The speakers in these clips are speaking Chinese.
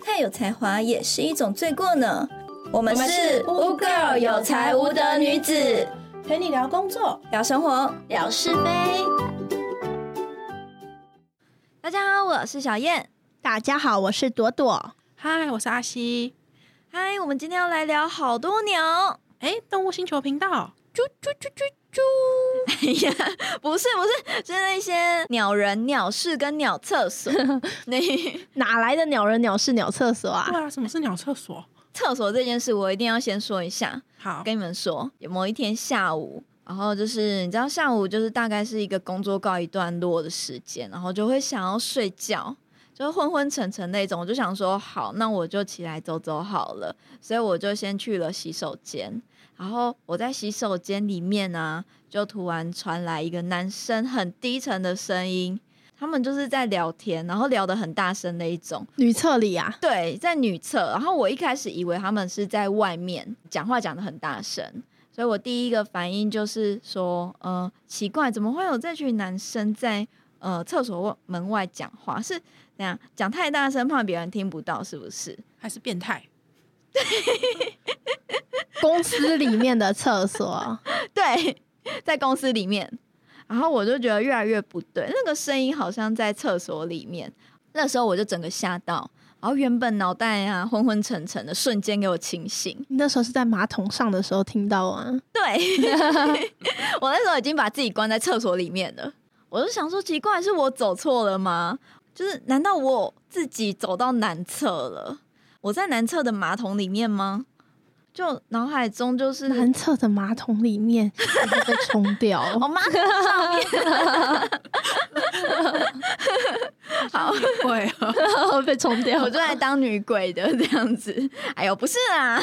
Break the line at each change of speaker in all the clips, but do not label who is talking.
再哎有才华也是一种罪过呢。我们是
我们是 Wu Girl 有才无德女子，
陪你聊工作，
聊生活。
聊是非。
大家好，我是小燕。
大家好，我是朵朵。
嗨，我是阿西。
嗨，我们今天要来聊好多鸟。
哎，动物星球频道，
啾啾啾啾啾！哎呀，不是不是，是那些鸟人、鸟事跟鸟厕 所。那
哪来的鸟人鸟事鸟厕所啊
对？啊，什么是鸟厕所？
厕所这件事，我一定要先说一下。
好，
跟你们说，某一天下午，然后就是你知道下午就是大概是一个工作告一段落的时间，然后就会想要睡觉，就是昏昏沉沉那种。我就想说，好，那我就起来走走好了，所以我就先去了洗手间。然后我在洗手间里面呢、就突然传来一个男生很低沉的声音，他们就是在聊天，然后聊得很大声那一种。
女厕里啊，
对，在女厕。然后我一开始以为他们是在外面讲话讲的很大声，所以我第一个反应就是说，呃，奇怪，怎么会有这群男生在呃厕所门外讲话？是怎样讲太大声，怕别人听不到，是不是？
还是变态？
公司里面的厕所，
对，在公司里面，然后我就觉得越来越不对，那个声音好像在厕所里面。那时候我就整个吓到，然后原本脑袋啊昏昏沉沉的，瞬间给我清醒。
你那时候是在马桶上的时候听到啊？
对， 我那时候已经把自己关在厕所里面了。我就想说，奇怪，是我走错了吗？就是难道我自己走到男厕了？我在男厕的马桶里面吗？就脑海中就是
男厕的马桶里面已经被冲掉
我
了，
哦马桶上面，好，
会 哦，
被冲掉
我就来当女鬼的这样子。哎呦，不是啦，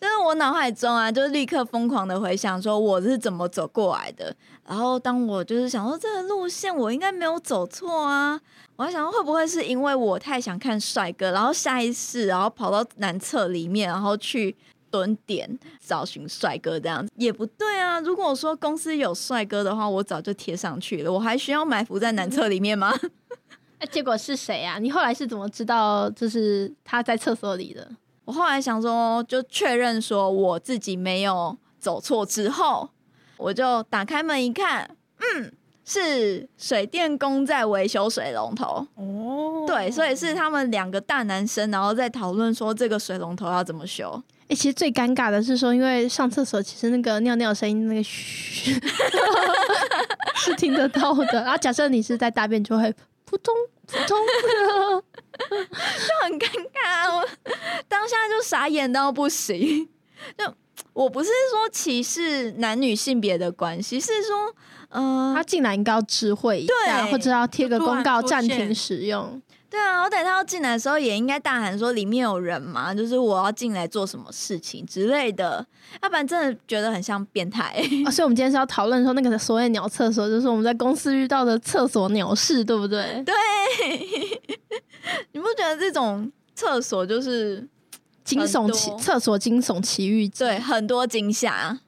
就是我脑海中啊，就是立刻疯狂的回想说我是怎么走过来的。然后当我就是想说这个路线我应该没有走错啊，我还想说会不会是因为我太想看帅哥，然后下意识然后跑到男厕里面，然后去。蹲点找寻帅哥这样子也不对啊！如果说公司有帅哥的话，我早就贴上去了，我还需要埋伏在男厕里面吗？
哎结果是谁啊？你后来是怎么知道就是他在厕所里的？
我后来想说，就确认说我自己没有走错之后，我就打开门一看，嗯，是水电工在维修水龙头。
哦，
对，所以是他们两个大男生，然后在讨论说这个水龙头要怎么修。
哎、其实最尴尬的是说，因为上厕所其实那个尿尿的声音那个嘘 是听得到的，然后假设你是在大便，就会扑通扑通。
很尴尬，我当下就傻眼到不行。就我不是说歧视男女性别的关系，是说，嗯、
他进来应该要知会一下，
对
或者要贴个公告
就突然
暂
出现
停使用。
对啊，好歹他要进来的时候也应该大喊说里面有人嘛，就是我要进来做什么事情之类的，要不然真的觉得很像变态。
啊，所以我们今天是要讨论说那个所谓鸟厕所，就是我们在公司遇到的厕所鸟事，对不对？
你不觉得这种厕所就是
惊悚
很
奇
多
厕所惊悚奇遇记，
对很多惊吓？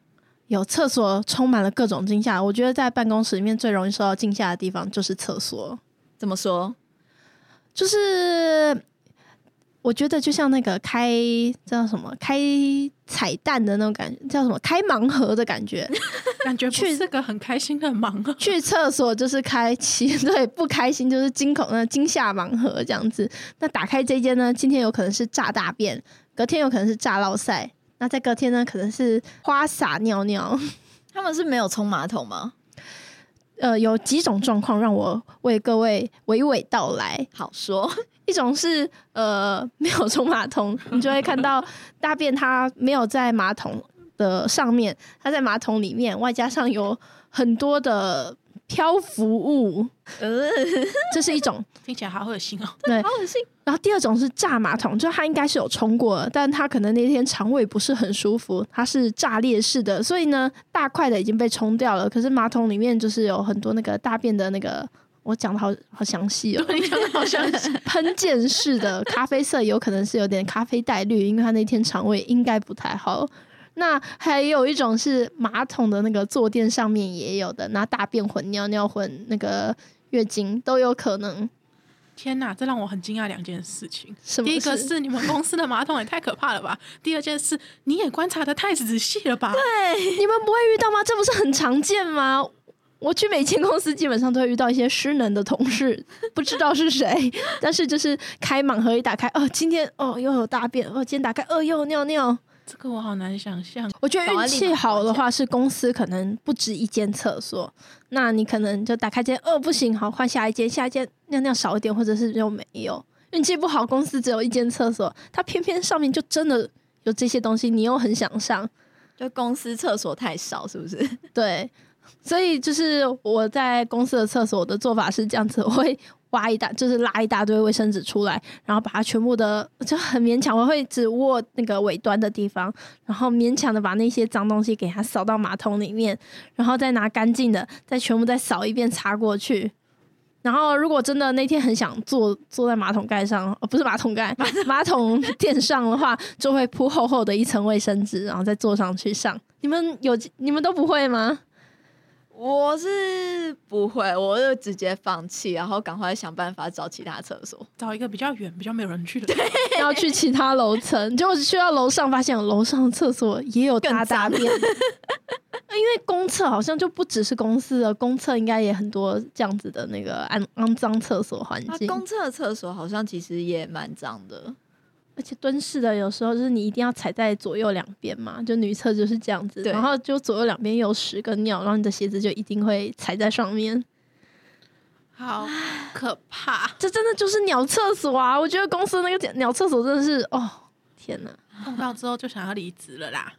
有厕所充满了各种惊吓。我觉得在办公室里面最容易受到惊吓的地方就是厕所，
怎么说？
就是。我觉得就像那个开叫什么开彩蛋的那种感觉，叫什么开盲盒的感觉，
感觉不
去
是个很开心的忙啊。
去厕所就是开启，对，不开心就是惊恐，呃，惊吓盲盒这样子。那打开这间呢，今天有可能是炸大便，隔天有可能是炸落塞，那在隔天呢，可能是花洒尿尿。
他们是没有冲马桶吗？
呃，有几种状况让我为各位娓娓道来。
好 说，
一种是呃没有冲马桶，你就会看到大便它没有在马桶的上面，它在马桶里面，外加上有很多的漂浮物，
呃，
这是一种。
听起来好恶心 哦。
对
好，恶心。
然后第二种是炸马桶，就他应该是有冲过的，但他可能那天肠胃不是很舒服，它是炸裂式的，所以呢，大块的已经被冲掉了，可是马桶里面就是有很多那个大便的那个，我讲的好好详细哦，
你讲的好像是
喷溅式的咖啡色，有可能是有点咖啡带绿，因为他那天肠胃应该不太好。那还有一种是马桶的那个坐垫上面也有的，拿大便混、尿尿混、那个月经都有可能。
天哪，这让我很惊讶两件事情。
什么
第一个
事
是你们公司的马桶也太可怕了吧！第二件事，你也观察的太仔细了吧？对，
你们不会遇到吗？这不是很常见吗？我去每间公司基本上都会遇到一些失能的同事，不知道是谁，但是就是开盲盒一打开，哦，今天哦又有大便，哦今天打开，哦又有尿尿。
这个我好难想象。
我觉得
赶快
运
立
气
马
好
关
的
起
话是公司可能不止一间厕所，那你可能就打开间，哦不行，好换下一间，下一间尿尿少一点，或者是就没有。运气不好，公司只有一间厕所，它偏偏上面就真的有这些东西，你又很想上，
就公司厕所太少，是不是？
对，所以就是我在公司的厕所，我的做法是这样子，我会挖一大，就是拉一大堆卫生纸出来，然后把它全部的就很勉强，我会只握那个尾端的地方，然后勉强的把那些脏东西给它扫到马桶里面，然后再拿干净的，再全部再扫一遍擦过去。然后，如果真的那天很想坐坐在马桶盖上，哦，不是马桶盖，马桶垫上的话，就会铺厚厚的一层卫生纸，然后再坐上去上。你们有你们都不会 吗？
我是不会，我就直接放弃，然后赶快想办法找其他厕所。
找一个比较远、比较没有人去的地方，
要去其他楼层，结果去到楼上，发现有楼上的厕所也有大大便。因 为公厕好像就不只是公司的，公厕应该也很多这样子的那个肮肮脏厕所环
啊，
境，
公厕的厕所好像其实也蛮脏的，
而且蹲式的有时候就是你一定要踩在左右两边嘛，就女厕就是这样子，
对
然后就左右两边有屎跟尿，然后你的鞋子就一定会踩在上面。
好可怕！
这真的就是鸟厕所啊！我觉得公司那个鸟鸟厕所真的是哦，天 哪！
碰到之后就想要离职了啦，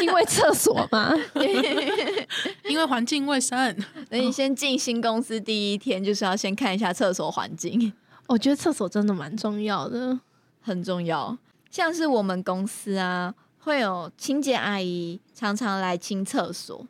因为厕所嘛，
因为环境卫生。
所以先进新公司第一天就是要先看一下厕所环境，
我觉得厕所真的蛮重要的。
很重要。像是我们公司啊，会有清洁阿姨常常来清厕所，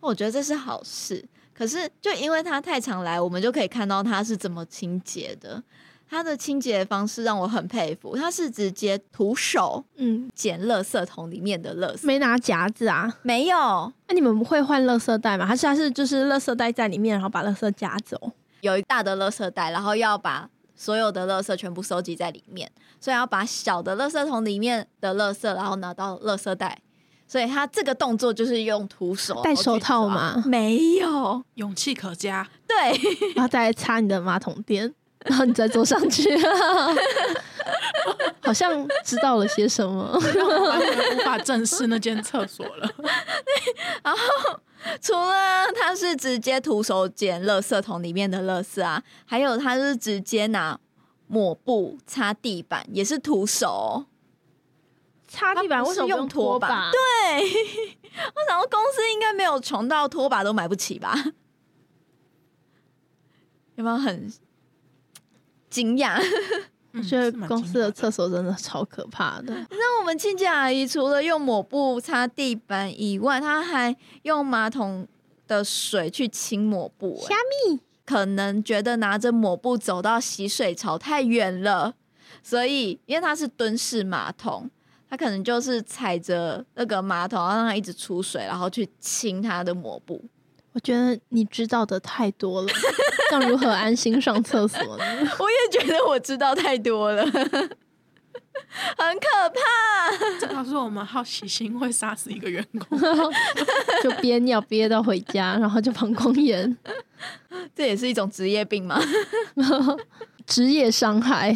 我觉得这是好事。可是就因为她太常来，我们就可以看到她是怎么清洁的。她的清洁方式让我很佩服，她是直接徒手
嗯，
捡垃圾桶里面的垃圾，
没拿夹子啊？
没有，
那、你们会换垃圾袋吗？还是还是就是垃圾袋在里面，然后把垃圾夹走？
有一大的垃圾袋，然后要把所有的垃圾全部收集在里面，所以要把小的垃圾桶里面的垃圾，然后拿到垃圾袋。所以他这个动作就是用徒手
戴手套
嘛？
嘛，
没有，
勇气可嘉，
对，
然后再来擦你的马桶垫，然后你再坐上 去。好像知道了些什么。
让我完全无法正视那间厕所了。
除了他是直接徒手捡垃圾桶里面的垃圾啊，还有他是直接拿抹布擦地板，也是徒手哦、
擦地板
它不
为
是
什么不
用
拖
拖把
把？啊
对，我想说公司应该没有穷到拖把都买不起吧？ 有没有很惊讶？
嗯
我觉
是
得
蛮
公司的
惊讶
厕所真的超可怕的。
那我们清洁阿姨除了用抹布擦地板以外，她还用马桶的水去清抹布、欸。
虾
米可能觉得拿着抹布走到洗水槽太远了，所以因为它是蹲式马桶，她可能就是踩着那个马桶，然后让它一直出水，然后去清它的抹布。
我觉得你知道的太多了，这样如何安心上厕所呢？
我也觉得我知道太多了， 很可怕。
这告诉我们，好奇心会杀死一个员工。
就憋尿憋到回家，然后就膀胱炎，
这也是一种职业病吗？
职业伤害。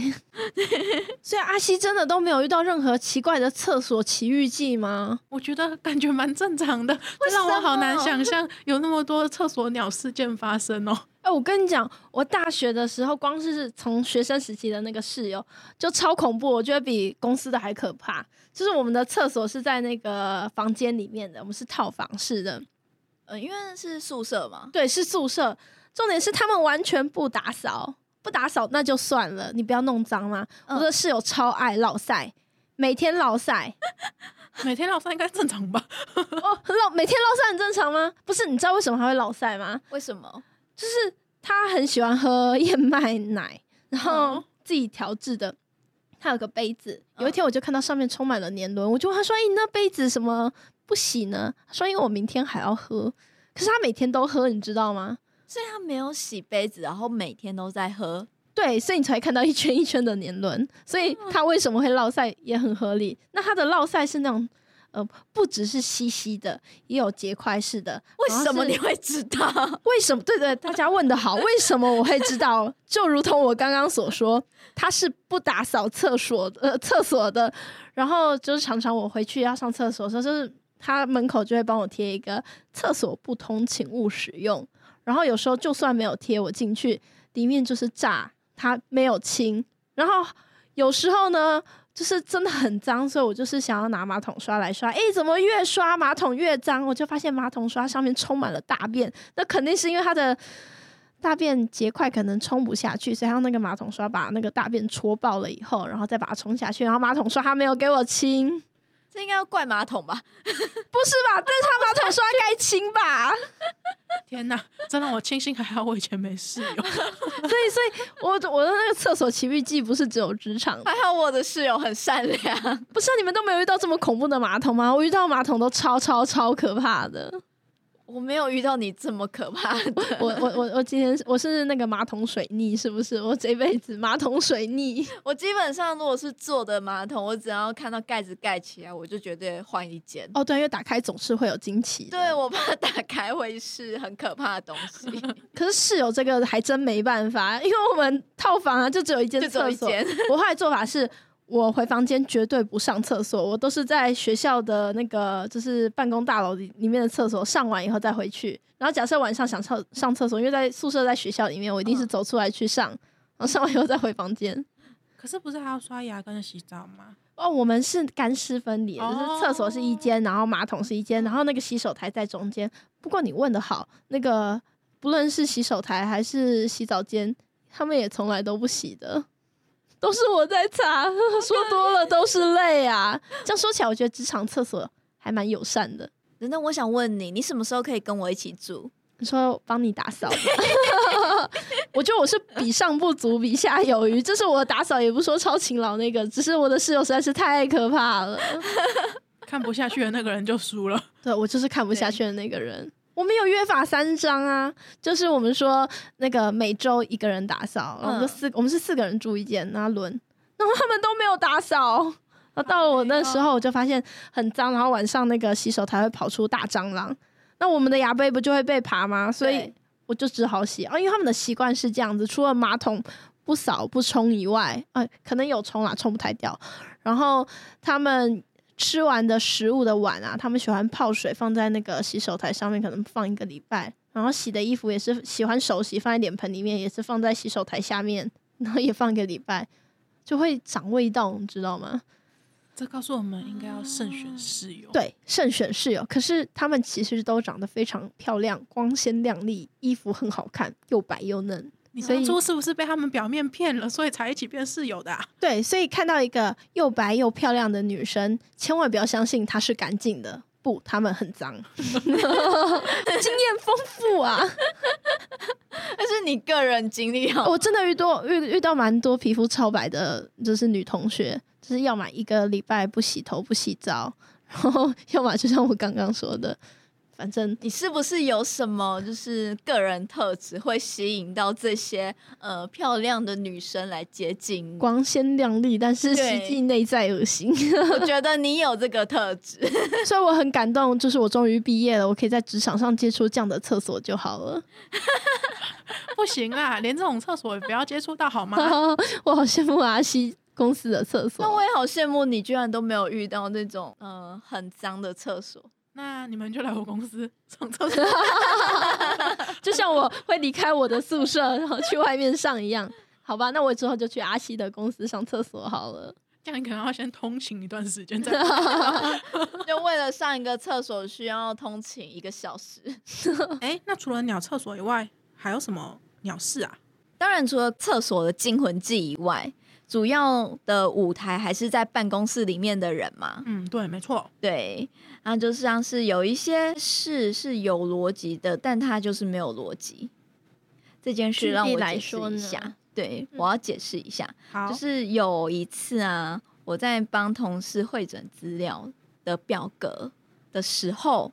所以阿西真的都没有遇到任何奇怪的厕所奇遇记吗？
我觉得感觉蛮正 常的，这让我好难想象有那么多厕所鸟事件发生 哦。
哎、我跟你讲，我大学的时候，光是从学生时期的那个室友就超恐怖，我觉得比公司的还可怕。就是我们的厕所是在那个房间里面的，我们是套房式的，
呃，因为是宿舍嘛，
对，是宿舍。重点是他们完全不打扫，不打扫那就算了，你不要弄脏嘛。
嗯
我的室友超爱老晒，每天老晒，
每天老三应该正常吧？
哦，很老，每天老晒很正常吗？不是，你知道为什么他会老晒吗？
为什么？
就是他很喜欢喝燕麦奶，然后
哦
自己调制的。他有个杯子，
嗯
有一天我就看到上面充满了年轮，我就问他说：“哎、你那杯子什么不洗呢？”他说：“因为我明天还要喝。”可是他每天都喝，你知道吗？
所以他没有洗杯子，然后每天都在喝。
对，所以你才看到一圈一圈的年轮。所以它为什么会落塞也很合理。那它的落塞是那种呃，不只是稀稀的，也有结块式的。
为
然后
什么
是
你会知道？
为什么？对对，大家问的好，为什么我会知道？ 就如同我刚刚所说，他是不打扫厕所呃厕所的，然后就是常常我回去要上厕所的时候，就是他门口就会帮我贴一个“厕所不通，请勿使用”。然后有时候就算没有贴，我进去里面就是炸，它没有清。然后有时候呢，就是真的很脏，所以我就是想要拿马桶刷来刷。诶，怎么越刷马桶越脏？我就发现马桶刷上面充满了大便，那肯定是因为它的大便结块可能冲不下去，所以它用那个马桶刷把那个大便戳爆了以后，然后再把它冲下去。然后马桶刷它没有给我清， 不
这应该要怪马桶吧？
是吧？但是它马桶刷该清吧？
天哪，真让我庆幸还好我以前没室友。
所以，所以我我的那个厕所奇遇记不是只有职场的，
还好我的室友很善良。
不是啊、你们都没有遇到这么恐怖的马桶吗？我遇到的马桶都超超超可怕的。
我没有遇到你这么可怕的，
我我我我今天我是那个马桶水逆，是不是？我这辈子马桶水逆。
我基本上如果是坐的马桶，我只要看到盖子盖起来，我就绝对换一间。
哦，对，因为打开总是会有惊奇。
对，我怕打开会是很可怕的东 西，
可是室友这个还真没办法，因为我们套房啊就只有一间
就只有
厕
一
所。
间。
我后来做法是。我回房间绝对不上厕所，我都是在学校的那个就是办公大楼里里面的厕所上完以后再回去。然后假设晚上想上上厕所，因为在宿舍在学校里面，我一
嗯
定是走出来去上，然后上完以后再回房间。
可是不是还要刷牙跟洗澡吗？
哦，我们是干湿分离的，就是厕所是一间，然后马桶是一间，然后那个洗手台在中间。不过你问的好，那个不论是洗手台还是洗澡间，他们也从来都不洗的，都是我在擦。 说多了都是泪啊！这样说起来，我觉得职场厕所还蛮友善的。
等等，我想问你，你什么时候可以跟我一起住？
你说帮你打扫吗， 我觉得我是比上不足，比下有余。这是我打扫，也不说超勤劳那个，只是我的室友实在是太可怕了。
看不下去的那个人就输了。
对我就是看不下去的那个人。我们有约法三章啊，就是我们说那个每周一个人打扫，然后我们就四、我们是四个人住一间，然后轮，然后他们都没有打扫。然后到了我那时候，我就发现很脏，然后晚上那个洗手台会跑出大蟑螂，那我们的牙杯不就会被爬吗？所以
对
我就只好洗啊，因为他们的习惯是这样子，除了马桶不扫不冲以外，啊、可能有冲啦，冲不太掉。然后他们吃完的食物的碗啊，他们喜欢泡水放在那个洗手台上面，可能放一个礼拜。然后洗的衣服也是喜欢手洗，放在脸盆里面，也是放在洗手台下面，然后也放一个礼拜， 就会长味道，你知道吗？
这告诉我们应该要慎选室友。，
对，慎选室友。可是他们其实都长得非常漂亮，光鲜亮丽，衣服很好看，又白又嫩。
你
所以
当初是不是被他们表面骗了，所以才一起变室友的、 啊？
对，所以看到一个又白又漂亮的女生，千万不要相信她是干净的。不，她们很脏，经验丰富啊！
但是你个人经历哦好，
我真的遇多遇遇到蛮多皮肤超白的，就是女同学，就是要么一个礼拜不洗头不洗澡，然后要么就像我刚刚说的，反正
你是不是有什么就是个人特质会吸引到这些呃漂亮的女生来接近你？
光鲜亮丽，但是实
对
际内在恶心。
我觉得你有这个特质，
所以我很感动，就是我终于毕业了，我可以在职场上接触这样的厕所就好了。
不行啦，连这种厕所也不要接触到 好吗？
我好羡慕阿西公司的厕所。
那我也好羡慕你，居然都没有遇到那种呃很脏的厕所。
那你们就来我公司上厕 所。
就像我会离开我的宿舍，然后去外面上一样。好吧，那我之后就去阿西的公司上厕所好了。
这样你可能要先通勤一段时间再。
就为了上一个厕所需要通勤一个小时。
哎、那除了鸟厕所以外，还有什么鸟事啊？
当然，除了厕所的惊魂记以外，主要的舞台还是在办公室里面的人嘛。
嗯，对，没错，
对，然后就像是有一些事是有逻辑的，但它就是没有逻辑。这件事
举
让
例
我
来
解释
说
一
呢嗯
下，对，我要解释一下。
好，
就是有一次啊，我在帮同事会诊资料的表格的时候，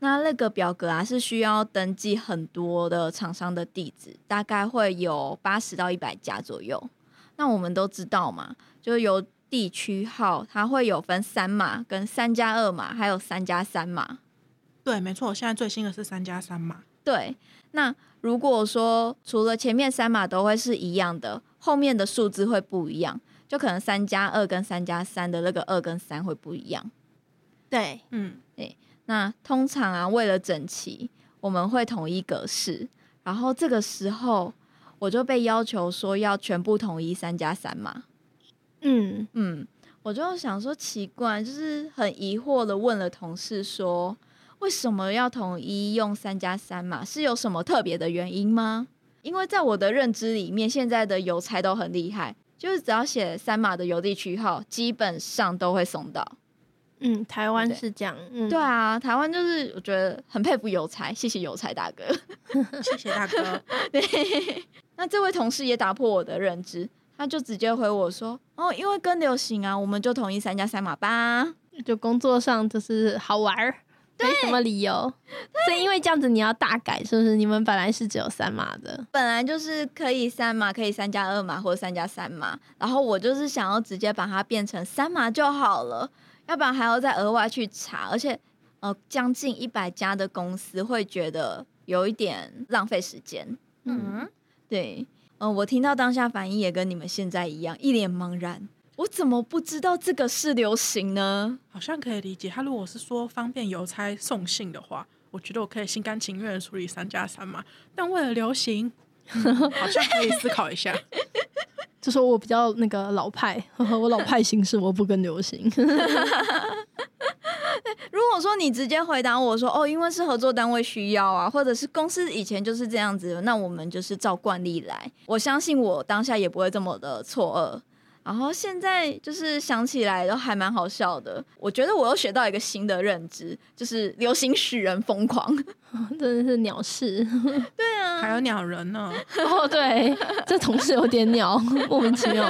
那那个表格啊是需要登记很多的厂商的地址，大概会有八十到一百家左右。那我们都知道嘛，就是由地区号，它会有分三码、跟三加二码，还有三加三码。
对，没错，现在最新的是三加三嘛。
对，那如果说除了前面三码都会是一样的，后面的数字会不一样，就可能三加二跟三加三的那个二跟三会不一样。
对，
嗯，
那通常啊，为了整齐，我们会统一格式。然后这个时候，我就被要求说要全部统一三加三嘛。
嗯，
嗯，我就想说奇怪，就是很疑惑的问了同事说，为什么要统一用三加三嘛？是有什么特别的原因吗？因为在我的认知里面，现在的邮差都很厉害，就是只要写三码的邮地区号，基本上都会送到。
嗯，台湾
对
是这样，嗯，
对啊，台湾就是我觉得很佩服邮差，谢谢邮差大哥。
谢谢大哥。
对，那这位同事也打破我的认知，他就直接回我说：“哦，因为跟流行啊，我们就统一三加三码吧。
就工作上就是好玩儿，没什么理由，所以因为这样子你要大改，是不是？你们本来是只有三码的，
本来就是可以三码，可以三加二码或者三加三码，然后我就是想要直接把它变成三码就好了，要不然还要再额外去查，而且呃，将近一百家的公司会觉得有一点浪费时间。
嗯，
对，嗯、我听到当下反应也跟你们现在一样，一脸茫然。我怎么不知道这个是流行呢？
好像可以理解。他如果是说方便邮差送信的话，我觉得我可以心甘情愿的处理三加三嘛。但为了流行，嗯好像可以思考一下。
就说我比较那个老派， 呵呵我老派行事，我不跟流行，
如果说你直接回答我说哦，因为是合作单位需要啊，或者是公司以前就是这样子，那我们就是照惯例来。我相信我当下也不会这么的错愕。然后现在就是想起来都还蛮好笑的，我觉得我又学到一个新的认知，就是流行使人疯狂。
真的是鸟事。
对啊，
还有鸟人呢？
哦，对， 这同事有点 鸟，莫名其妙。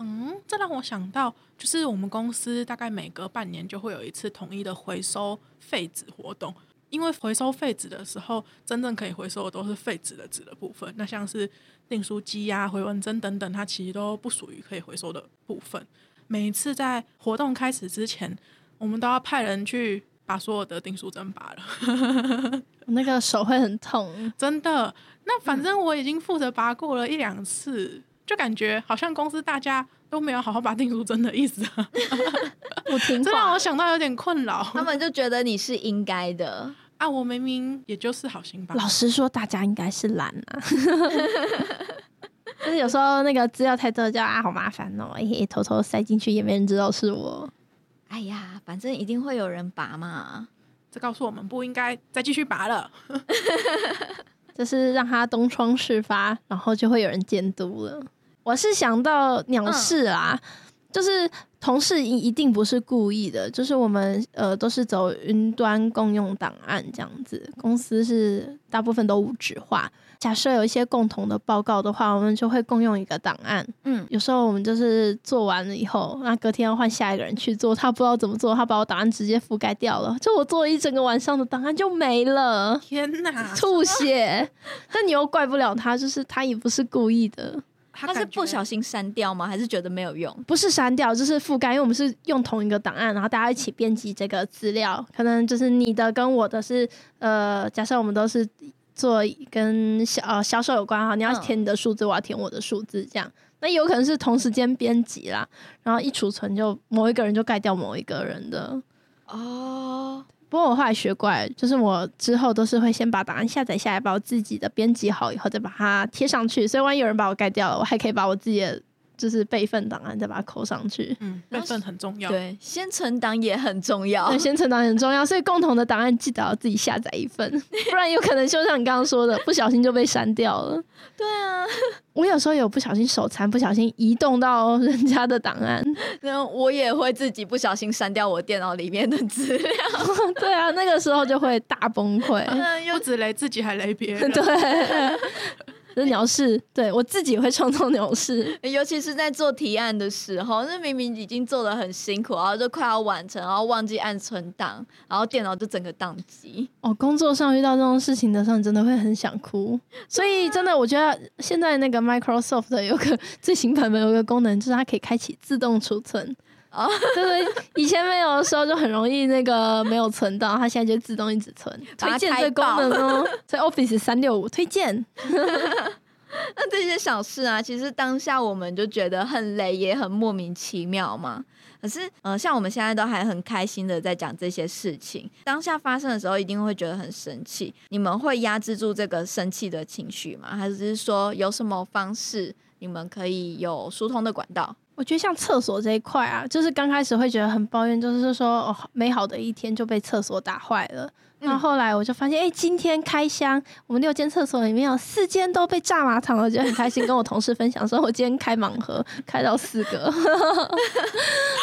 嗯，这让我想到，就是我们公司大概每隔半年就会有一次统一的回收废纸活动。因为回收废纸的时候，真正可以回收的都是废纸的纸的部分。那像是订书机啊呀、回纹针等等，它其实都不属于可以回收的部分。每一次在活动开始之前，我们都要派人去把所有的订书针拔了。
我那个手会很痛，
真的。那反正我已经负责拔过了一两次，就感觉好像公司大家都没有好好把订书针的意思、啊，
我听
这让
话
我。想到有点困
他
扰。
们就觉得你是应该的。
啊，我明明也就是好心吧。
老实说，大家应该是懒啊， 就是有时候那个资料太多，就啊好麻烦哦，嘿嘿偷偷塞进去也没人知道是我。
哎呀，反正一定会有人拔嘛。
这告诉我们不应该再继续拔了。
就是让他东窗事发，然后就会有人监督了。我是想到鸟事啦，就是同事一一定不是故意的，就是我们呃都是走云端共用档案这样子，公司是大部分都无纸化。假设有一些共同的报告的话，我们就会共用一个档案。
嗯，
有时候我们就是做完了以后，那隔天要换下一个人去做，他不知道怎么做，他把我档案直接覆盖掉了，就我做了一整个晚上的档案就没了。
天哪，
吐血，但你又怪不了他，就是他也不是故意的，
他
他是不小心
心。
删掉吗？还是觉得没有用？
不是删掉，就是覆盖，因为我们是用同一个档案，然后大家一起编辑这个资料，可能就是你的跟我的是，呃，假设我们都是做跟销呃销售有关哈，你要
嗯
填你的数字，我要填我的数字，这样。那有可能是同时间编辑啦，然后一储存就某一个人就盖掉某一个人的，
哦，
不过我后来学乖，就是我之后都是会先把档案下载下来，把我自己的编辑好以后再把它贴上去。所以万一有人把我盖掉了，我还可以把我自己的就是备份档案再把它扣 上去。
嗯，备份很重要。
对，先存档也很重要
那。先存档很重要，所以共同的档案记得要自己下载一份，不然有可能就像你刚刚说的，不小心就被删掉了。
对啊，
我有时候有不小心手残，不小心移动到人家的档 案，
那我也会自己不小心删掉我电脑里面的资料，
对啊，那个时候就会大崩溃。
那
不
又
止雷自己，还雷别人。
对，这鸟事，对我自己会创造鸟事。
尤其是在做提案的时候，那明明已经做的很辛苦，然后就快要完成，然后忘记按存档，然后电脑就整个宕机。
哦，工作上遇到这种事情的时候，你真的会很想哭。所以真的，我觉得现在那个 Microsoft 的有个最新版本有个功能，就是它可以开启自动储存。
哦
哦，就是以前没有的时候就很容易那个没有存到，它现在就自动一直存。
把它
推荐
开
这功
爆
能 哦，在 Office 三六五推荐。
那这些小事啊，其实当下我们就觉得很累，也很莫名其妙嘛。可是，呃，像我们现在都还很开心的在讲这些事情，当下发生的时候一定会觉得很生气。你们会压制住这个生气的情绪吗？还是说有什么方式你们可以有疏通的管道？
我觉得像厕所这一块啊，就是刚开始会觉得很抱怨，就是说哦，美好的一天就被厕所打坏了。
嗯
然后后来我就发现，哎、今天开箱，我们六间厕所里面有四间都被炸马桶了，我觉得很开心，跟我同事分享说，我今天开盲盒开到四个，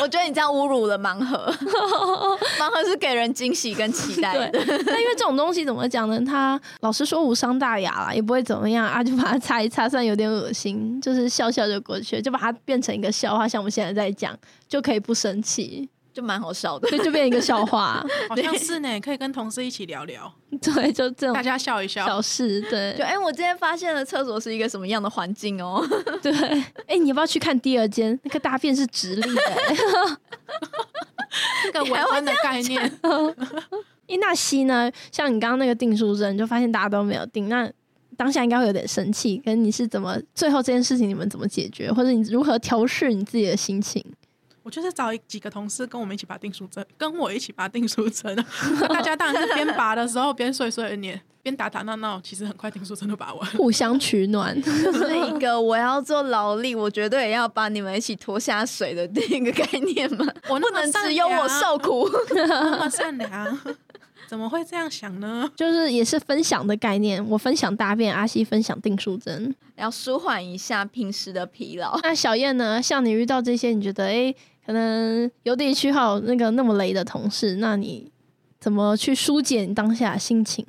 我觉得你这样侮辱了盲盒，盲盒是给人惊喜跟期待的。
但因为这种东西怎么讲呢？它老实说无伤大雅啦，也不会怎么样啊，就把它擦一擦，虽然有点恶心，就是笑笑就过去了，就把它变成一个笑话，像我们现在在讲，就可以不生气，
就蛮好笑的。
对，就变一个笑话，
好像是呢，可以跟同事一起聊聊，
对，就这
嗯
种
大家笑一笑
小。事，对
就哎、我今天发现了厕所是一个什么样的环境哦，
对。哎、你要不要去看第二间？那个大便是直立的、 欸。
这个微观的概念，
因为那西呢，像你刚刚那个订书针，就发现大家都没有订，那当下应该会有点生气。可是你是怎么最后这件事情你们怎么解决，或者你如何调试你自己的心情？
我就是找几个同事跟我们一起拔定书针，跟我一起拔定书针。啊 大家当然是边拔的时候边碎碎念，边打打闹闹，其实很快定书针就拔完。
互相取暖。
就是一个我要做劳力，我绝对也要把你们一起拖下水的那个概念 嘛。
我那
不
么
能
善
只有我
良
受 苦。
那么善良， 怎么会这样想呢？
就是也是分享的概念，我分享大便，阿西分享订书针。
要舒缓一下平时的疲劳。
那小燕呢？像你遇到这些，你觉得诶，可能有地区号那个那么雷的同事，那你怎么去疏解你当下的心情？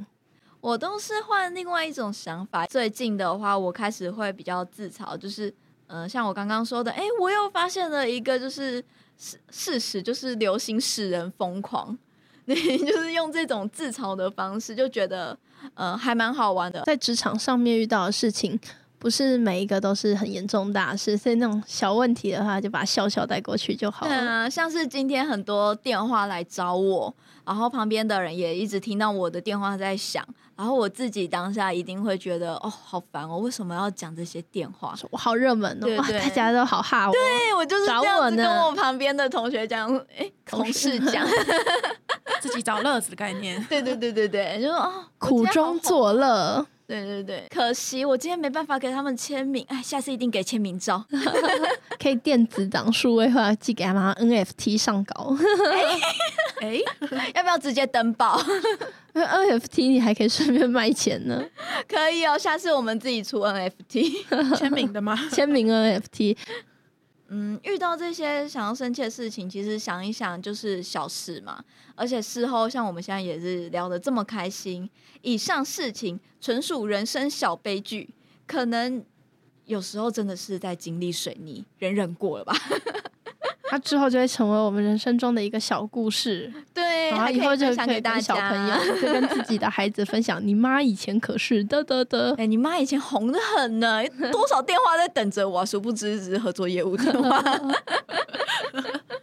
我都是换另外一种想法。最近的话，我开始会比较自嘲，就是嗯、呃像我刚刚说的，哎、我又发现了一个就是事事实，就是流行使人疯狂。 你就是用这种自嘲的方式，就觉得呃还蛮好玩的。
在职场上面遇到的事情，不是每一个都是很严重大事，所以那种小问题的话，就把笑笑带过去就好
对
了。
啊，像是今天很多电话来找我，然后旁边的人也一直听到我的电话在响，然后我自己当下一定会觉得哦好烦哦，为什么要讲这些电话？
说我好热门哦，
对
哇，
对
大家都好哈我。哦
对我就是
找
这样
我
子
呢
跟我旁边的同学讲，哎、同事讲，
自己找乐子的概念。
对对对对对，就说哦，我今
苦
天好
中
红，
作乐，
对对对，可惜我今天没办法给他们签名，哎，下次一定给签名照。
可以电子档数位化寄给他们 NFT 上稿
哎、
要不要直接登报？
，NFT 你还可以顺便卖钱呢，
可以哦，下次我们自己出 NFT。
签名的吗？
签名 NFT。
嗯，遇到这些想要生气的事情，其实想一想就是小事嘛。而且事后像我们现在也是聊得这么开心，以上事情纯属人生小悲剧，可能有时候真的是在经历水泥，忍忍过 了吧。
它之后就会成为我们人生中的一个小故事，
对，
然
还可
后以后就
分享
可
给
以
大
跟小
家
朋友， 就跟自己的孩子分享，你妈以前可是得得得
哎、，你妈以前红的很呢，多少电话在等着我、啊，殊不知只是合作业务电 话。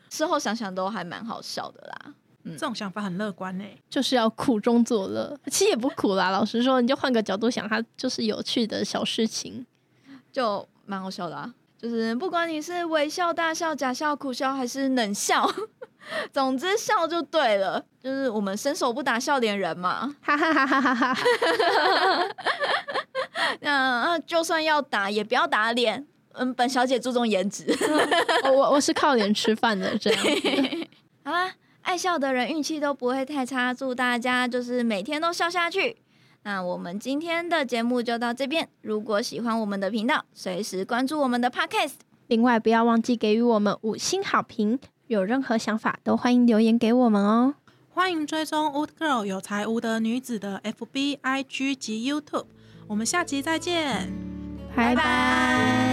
事后想想都还蛮好笑的啦。
这种想法很乐观呢、
就是要苦中作乐。其实也不苦啦，老实说，你就换个角度想，它就是有趣的小事情。
就蛮好笑的啊。就是不管你是微笑、大笑、假笑、苦笑还是冷笑， 总之笑就对了。就是我们伸手不打笑脸人嘛。
哈哈哈哈哈哈！
那、呃就算要打，也不要打脸。嗯，本小姐注重颜值。
哦我我我是靠脸吃饭的，这样。
好啦，爱笑的人运气都不会太差，祝大家就是每天都笑下去。那我们今天的节目就到这边。如果喜欢我们的频道，随时关注我们的 Podcast。
另外，不要忘记给予我们五星好评，有任何想法都欢迎留言给我们哦。
欢迎追踪 Wood Girl 有才无德女子的 FB、IG 及 YouTube。我们下集再见，
拜
拜拜
拜